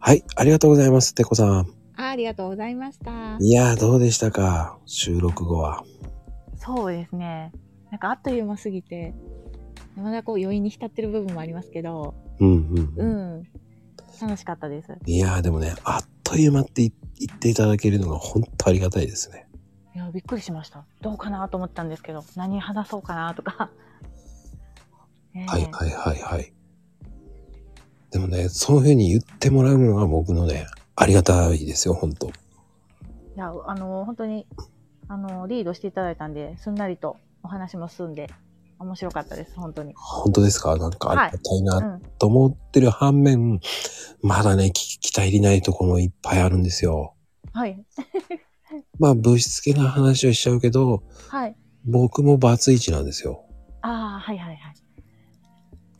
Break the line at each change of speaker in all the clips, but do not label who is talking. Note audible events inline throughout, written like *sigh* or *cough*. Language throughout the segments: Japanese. はい、ありがとうございます、てこさん。
あありがとうございました。
いやー、どうでしたか収録後は。
そうですね。なんかあっという間すぎて、まだこう余韻に浸ってる部分もありますけど、
うんう。
うんん。楽しかったです。
いやー、でもね、あっという間ってい言っていただけるのが本当ありがたいですね。
いや、びっくりしました。どうかなと思ったんですけど、何話そうかなとか。 *laughs* ねえ
はいはいはいはい。でもね、そういうふうに言ってもらうのが僕のね、ありがたいですよ、本当
いや、あの、本当に、あの、リードしていただいたんで、すんなりとお話も進んで、面白かったです、本当に。。
本当ですかなんかありがたいうなんと思ってる反面、まだね、聞き期待りないところもいっぱいあるんですよ。
はい。
まあ、ぶしつけな話をしちゃうけど、
はい。
僕もバツイチなんですよ。
ああ、はいはいはい。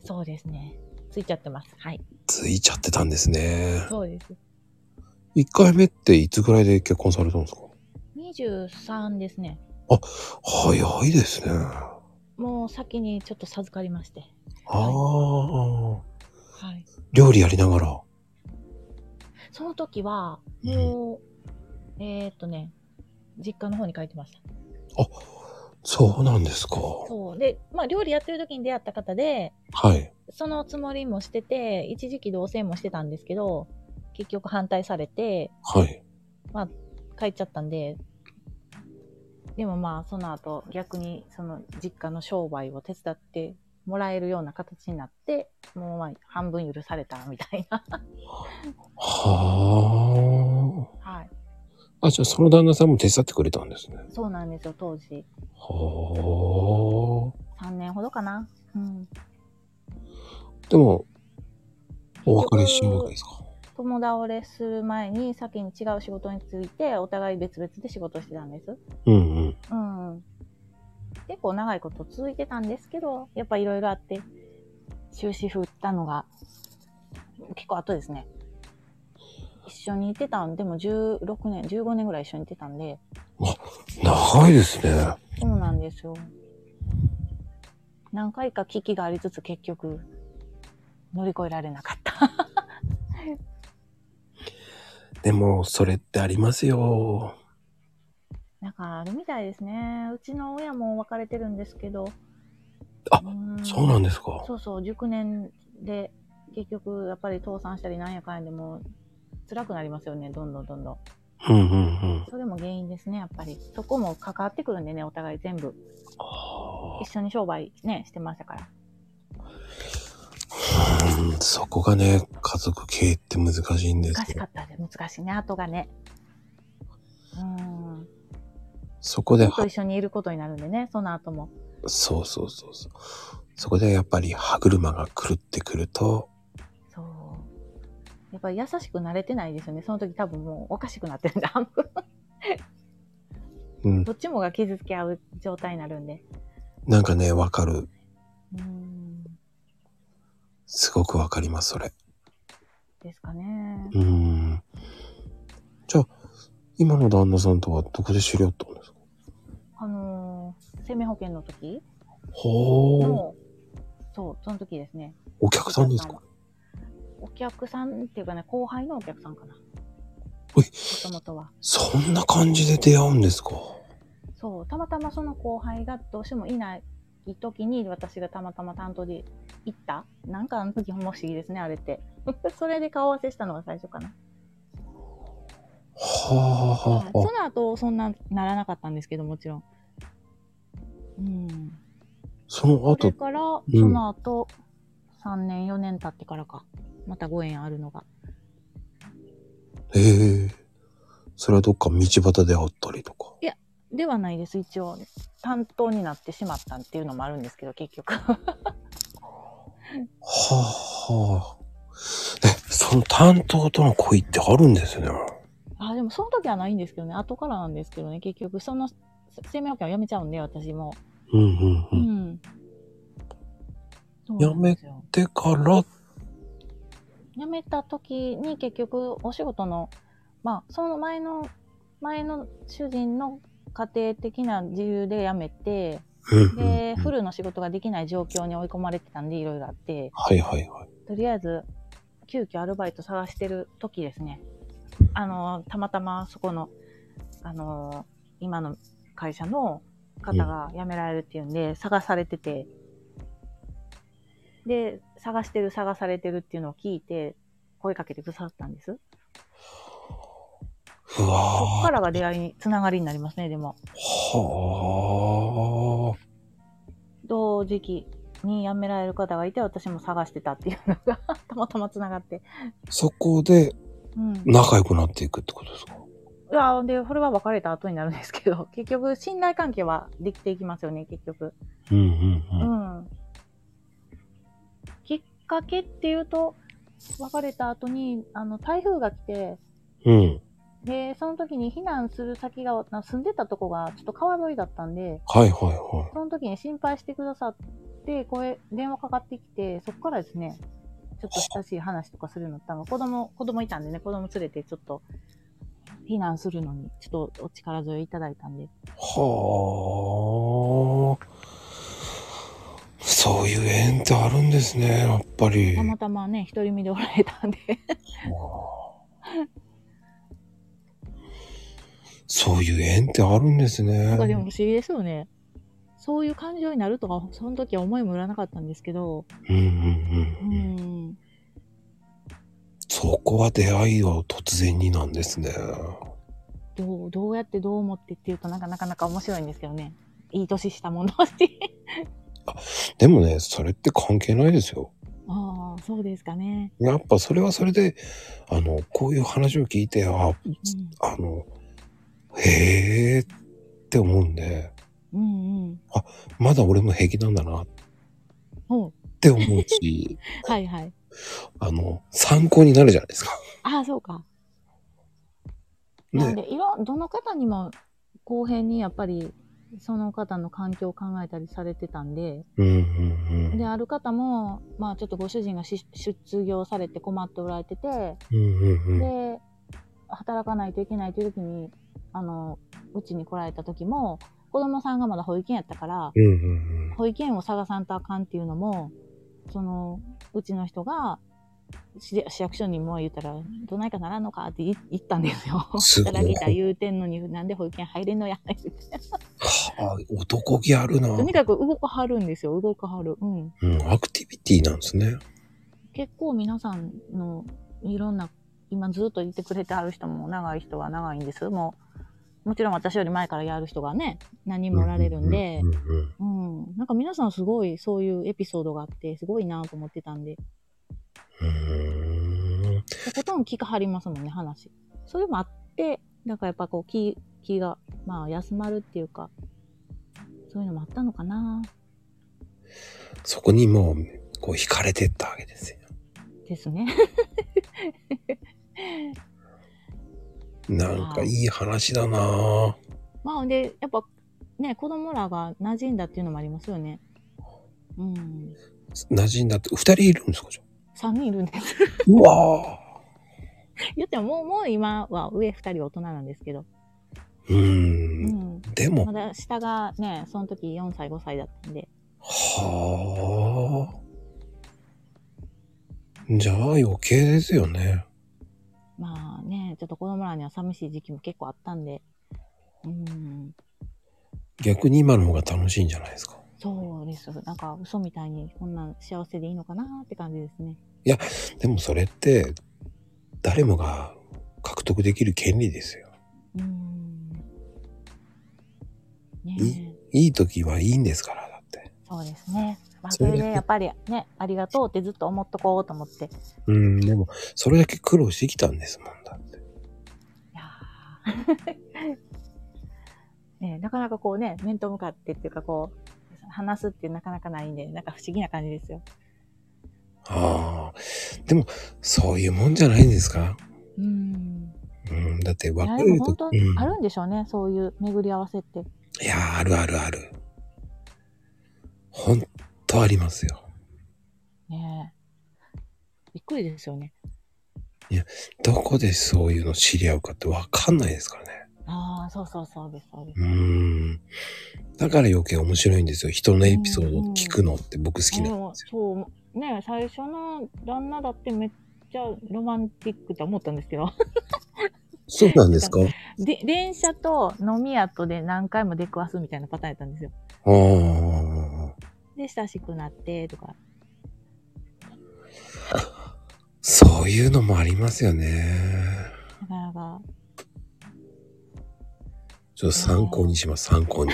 そうですね。ついちゃってます。はい。
ついちゃってたんですね。
そうです。
1回目っていつぐらいで結婚されたんですか
23ですね。
早いですね。あ
もう先にちょっと授かりまして。
あ、
はい。
料理やりながら。
その時は、もう、えーっとね、実家の方に帰ってました。
そうなんですか。
そう。で、まあ料理やってる時に出会った方で、
はい。
そのつもりもしてて、一時期同棲もしてたんですけど、結局反対されて、
はい。
帰っちゃったんで、でもまあ、その後、逆に、その、実家の商売を手伝ってもらえるような形になって、もうまあ、半分許されたみたいな。
は
はい。
あ。あ、じゃあその旦那さんも手伝ってくれたんですね。
そうなんですよ、当時。
は
3年ほどかな。うん。
あ。でも、お別れしちゃうわけですか。
友倒れする前に、先に違う仕事について、お互い別々で仕事してたんです。
うんうん。
うん。結構長いこと続いてたんですけど、やっぱいろいろあって、終止符打ったのが、結構後ですね。一緒にいてたんで、も16年、15年ぐらい一緒にいてたんで、
長いですね。
そうなんですよ。何回か危機がありつつ結局、乗り越えられなかった。
でも、それってありますよ。
なんかあるみたいですね。うちの親も別れてるんですけど。
あ
ん
そうなんですか。
そうそう、熟年で、結局、やっぱり倒産したりなんやかんやでも、辛くなりますよね、どんどんどんどん。
うんうんうん。
それも原因ですね、やっぱり。そこも関わってくるんでね、お互い全部。
は
一緒に商売ね、してましたから。
あうんそこがね、家族経営って難しいんです
難し
けど
か、ったで、難しいね、後がね。うーん。
そこで
ずっ、と一緒にいることになるんでね、その後も。
そうそうそうそう。そこでやっぱり歯車が狂ってくると、
そう。やっぱり優しく慣れてないですよね。その時多分もうおかしくなってるんで、半分。
うん、
*laughs* どっちもが傷つけ合う状態になるんで。
なんかね、わかる。
うーん。
すごくわかります、それ。
ですかね。
うん。じゃあ、今の旦那さんとはどこで知り合ったんですか
あのー生命保険の時
ほー。
の、そう、その時ですね。
お客さんですか
お客さんっていうかね、後輩のお客さんかな。も
おい
ともとは。
そんな感じで出会うんですか
そう、たまたまその後輩がどうしてもいない時に、私がたまたま担当で行った。なんかあの時も不思議ですね、あれって。 *laughs* それで顔合わせしたのが最初かな。
はあは
はい
あ
そ
はあ。
の後、そんなならなかったんですけど、もちろん。うん。
その
それ
後、
から、
ん
その後、3年、4年経ってからか。またご縁あるのが。
ええそれはどっか道端で会ったりとか。
ではないです、一応。担当になってしまったっていうのもあるんですけど、結局。 *laughs*
はあ、はあ。え、その担当との恋ってあるんですね。
あ、でもその時はないんですけどね、後からなんですけどね、結局、その生命保険を辞めちゃうんで、私も。
うんうんう。
うん
っ
ん。そうなんですよ
てから、
辞めた時に結局お仕事のまあその前の前の主人の家庭的な理由で辞めて
うんうん
で
う
フ
ん。
ルの仕事ができない状況に追い込まれてたんでいろいろあって
はいはいはい。
とりあえず急遽アルバイト探してる時ですね。あの、たまたまそこの、あの、今の会社の方が辞められるっていうんで、探されてて、で、探してる、探されてるっていうのを聞いて、声かけてくださったんです。
う
そっか
わ
らが出会いに、つながりになりますね、でも。
ーはあ。
同時期に辞められる方がいて、私も探してたっていうのが、 *laughs* たまたまつながって。
そこで
うん。い
仲良くなっていくってことですか
や、で、これは別れた後になるんですけど、 *laughs* 結局、信頼関係はできていきますよね、結局。
うんうん
う
うん。
ん。きっかけっていうと、別れた後に、あの、台風が来て、
うん。
で、その時に避難する先が、な住んでたとこがちょっと川沿いだったんで、
はいはいは
その時に心配してくださって、声、電話かかってきて、そこからですね、ちょっと親しい話とかするようになったのが、子供、子供いたんでね、子供連れてちょっと避難するのに、ちょっとお力添えいただいたんで、
い。はあ。そういう縁ってあるんですね、やっぱり。
たまたまね、独り身でおられたんで、
そういう縁ってあるんですね
なん。かでも不思議ですよね。そういう感情になるとか、その時は思いもよらなかったんですけど、
うんうんう
う
んうん。
ん。
そこは出会いは突然になんですね。
どう、どうやってどう思ってっていうとなんかなかなか面白いんですけどね。いい年したものだし。
*laughs* でもね、それって関係ないですよ。
ああ、そうですかね。
やっぱそれはそれで、あの、こういう話を聞いて、あ、
うん
あの、へえって思うんで、
うんうん。
まだ俺も平気なんだなっ
ほう。
て思うし、
はいはい。
あの、参考になるじゃないですか。
ああ、そうか。なん
ね。
で、いろ、どの方にも後編にやっぱり、その方の環境を考えたりされてたんで、
うんうんうん。
で、ある方も、まあちょっとご主人がし出業されて困っておられてて、
うんうんうん。
で、働かないといけないという時に、あの、うちに来られた時も、子供さんがまだ保育園やったから、
うんうんうん。
保育園を探さんとあかんっていうのも、その、うちの人が、市市役所にもう言ったら、どないかならんのかって言言ったんですよ。
すごい
働きたい言うてんのに、なんで保育園入れんのや。
は
*laughs*
あ、男気あるな。
とにかく動かはるんですよ、動かはる。うん。
うん、アクティビティなんですね。
結構皆さんのいろんな、今ずっといてくれてはる人も長い人は長いんです。もう、もちろん私より前からやる人がね、何人もおられるんで
う、んうんうん
うん。なんか皆さんすごいそういうエピソードがあって、すごいなと思ってたんで、
うん。うーん
とことん気が張りますもんね、話。それもあって、なんかやっぱこう気、気が、まあ休まるっていうか、そういうのもあったのかな
そこにもう、こう、惹かれてったわけですよ。
ですね。 *laughs*
なんかいい話だな
まあで、やっぱね、子供らが馴染んだっていうのもありますよね。うん。
馴染んだって、二人いるんですかじゃあ
3人いるんです。
うわ
言ってももう、もう今は上2人大人なんですけど。
ーう。
うんん。
でも
ま、だ下がね、その時4歳、5歳だったんで。
はあ。じゃあ余計ですよね。
まあね、ちょっと子供らには寂しい時期も結構あったんで。うん。
逆に今の方が楽しいんじゃないですか。
そうです。なんか嘘みたいにこんなん幸せでいいのかなって感じですね。
でもそれって、誰もが獲得できる権利ですよ。
うーん。
い
ねえ。
いい時はいいんですから、だって。
そうですね。まあ、
そ
そ
れ
れでやっぱりね、ありがとうってずっと思っとこうと思って。い
うん、でも、それだけ苦労してきたんですもんだって。
やー *laughs* ねえなかなかこうね、面と向かってっていうかこう、話すってなかなかないんで、なんか不思議な感じですよ。
ああ。でも、そういうもんじゃないんですか
うーん。
うん、だって
いや、
別
で
れ
も
ると
本当、
うん、い
あるんでしょうね、そういう巡り合わせって。
や、あるあるある。ほんとありますよ。
ねえ。びっくりですよね。
どこでそういうの知り合うかってわかんないですからね。
ああ、そうそうそうです、そうです。
うーん。だから余計面白いんですよ。人のエピソードを聞くのって僕好き
で
なん
も
ですよ。
そうね最初の旦那だってめくちゃロマンティックと思ったんですよ。 *laughs*
そうなんですか
で、電車と飲み屋とで何回も出くわすみたいなパターンやったんですよ。
ああ。
で、親しくなってとか。
そういうのもありますよね。
なかなか、
ちょっと参考にします、参
*laughs*
考に。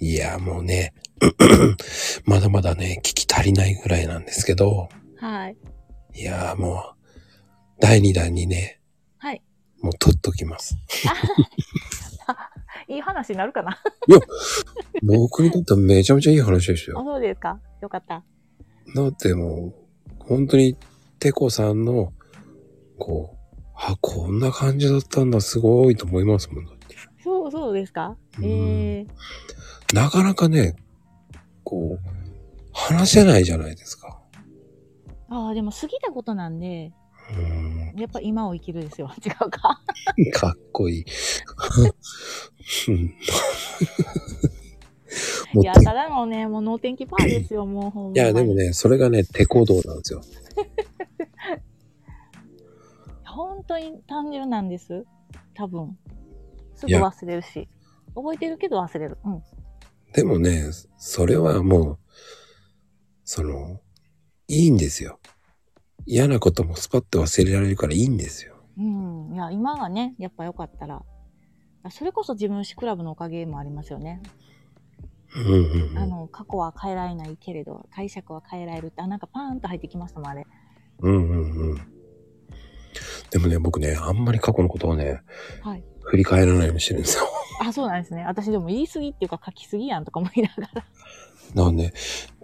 いや、もうね、 *clears throat* まだまだね、聞き足りないぐらいなんですけど、
はい。
いや、もう、第2弾にね、
はい。
もう取っときます。
いい話になるかな
僕にとってはめちゃめちゃいい話です
*laughs* あ、
よ。
そうですかよかった。
だってもう、本当に、てこさんの、こう、あ、こんな感じだったんだ、すごいと思いますもん。だって
そう、そうですか
うん
ええー。
なかなかね、こう、話せないじゃないですか。
ああ、でも過ぎたことなんで、
うーん、
やっぱ今を生きるですよ。 *laughs* 違うか
かっこ
*laughs*
いい。うんもう
い
て
や、ただのね、もう能天気パーです *laughs* よ、もうほんまに。
いや、でもね、それがね、手行動なんですよ。
本当に単純なんです。多分。すぐ忘れるし。覚えてるけど忘れる。うん。
でもね、それはもう、その、いいんですよ。嫌なこともスパッと忘れられるからいいんですよ。
うん。いや、今がね、やっぱ良かったら。あそれこそ自分史クラブのおかげもありますよね。
うんうん
あの、過去は変えられないけれど、解釈は変えられるって、あ、なんかパーンと入ってきましたもん、あれ。
うん。うんうんうん。でもね、僕ね、あんまり過去のことをね、
はい。
振り返らないようにしてるんですよ。 *laughs*
あ、そうなんですね。私でも言い過ぎっていうか書きすぎやんとか思いながら。
だからね、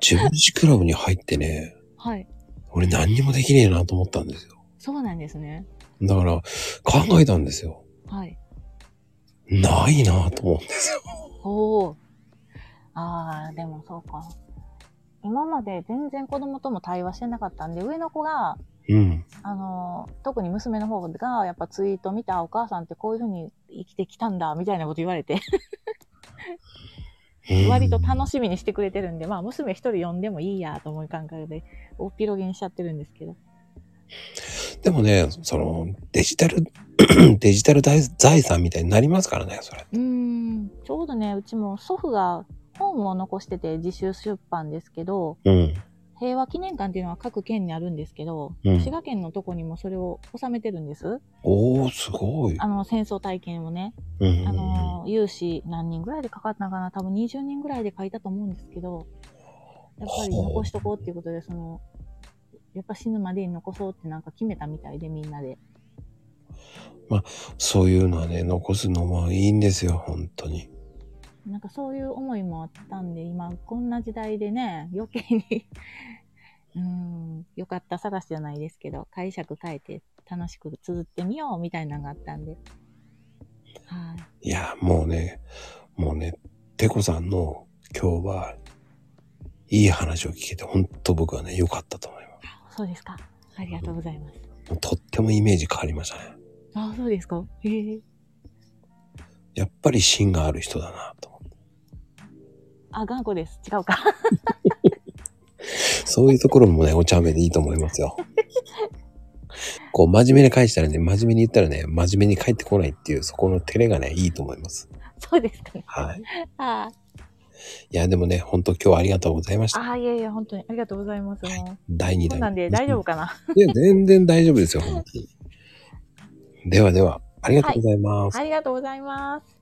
自分史クラブに入ってね、
はい。
俺何にもできねえなと思ったんですよ。
そうなんですね。
だから、考えたんですよ。
はい。
ないなと思うんですよ。
おお。ああ、でもそうか。今まで全然子供とも対話してなかったんで、上の子が、
うん。
あのー、特に娘の方が、やっぱツイート見たお母さんってこういうふうに生きてきたんだ、みたいなこと言われて、割と楽
し
しみにしてくれてるんで、まあ娘一人呼んでもいいや、と思う感覚で、大広げにしちゃってるんですけど。
い。でもね、その、デジタル、 *clears throat* デジタル財財産みたいになりますからね、それ。
うーん、ちょうどね、うちも祖父が本を残してて自習出版ですけど、
うん。
平和記念館っていうのは各県にあるんですけど、
うん
滋賀県のとこにもそれを収めてるんです。
おー、すごい。
あの、戦争体験をね、
うん
あの、有志何人ぐらいでかかったのかな多分20人ぐらいで書いたと思うんですけど、やっぱり残しとこうっていうことで、その、やっぱ死ぬまでに残そうってなんか決めたみたいでみんなで。
そういうのはね、残すのもいいんですよ、本当に。
なんかそういう思いもあったんで、今こんな時代でね、余計に、 *laughs* うーん、よかった探しじゃないですけど、解釈変えて楽しく綴ってみようみたいなのがあったんで。はい。
いや、もうね、もうね、てこさんの今日は、いい話を聞けて、本当僕はね、良かったと思いま
そうですか。ありがとうございます。
す。もうとってもイメージ変わりましたね。
あそうですか。へえ
やっぱり芯がある人だなと思って。
あ、頑固です。違うか。 *laughs*
そういうところもね、お茶目でいいと思います
*laughs*
よ。こう、真面目に返したらね、真面目に言ったらね、真面目に返ってこないっていう、そこの照れがね、いいと思います。
そうですかね。
はい。い
あ
や、でもね、本当今日はありがとうございまし
あ、
た。
ああ、いやいや、本当にありがとうございます。も
第
う
2
そ
弾。
うなんで大丈夫かな。
いや、全然大丈夫ですよ、本当に。ではでは、ありがとうございます。
ありがとうございます。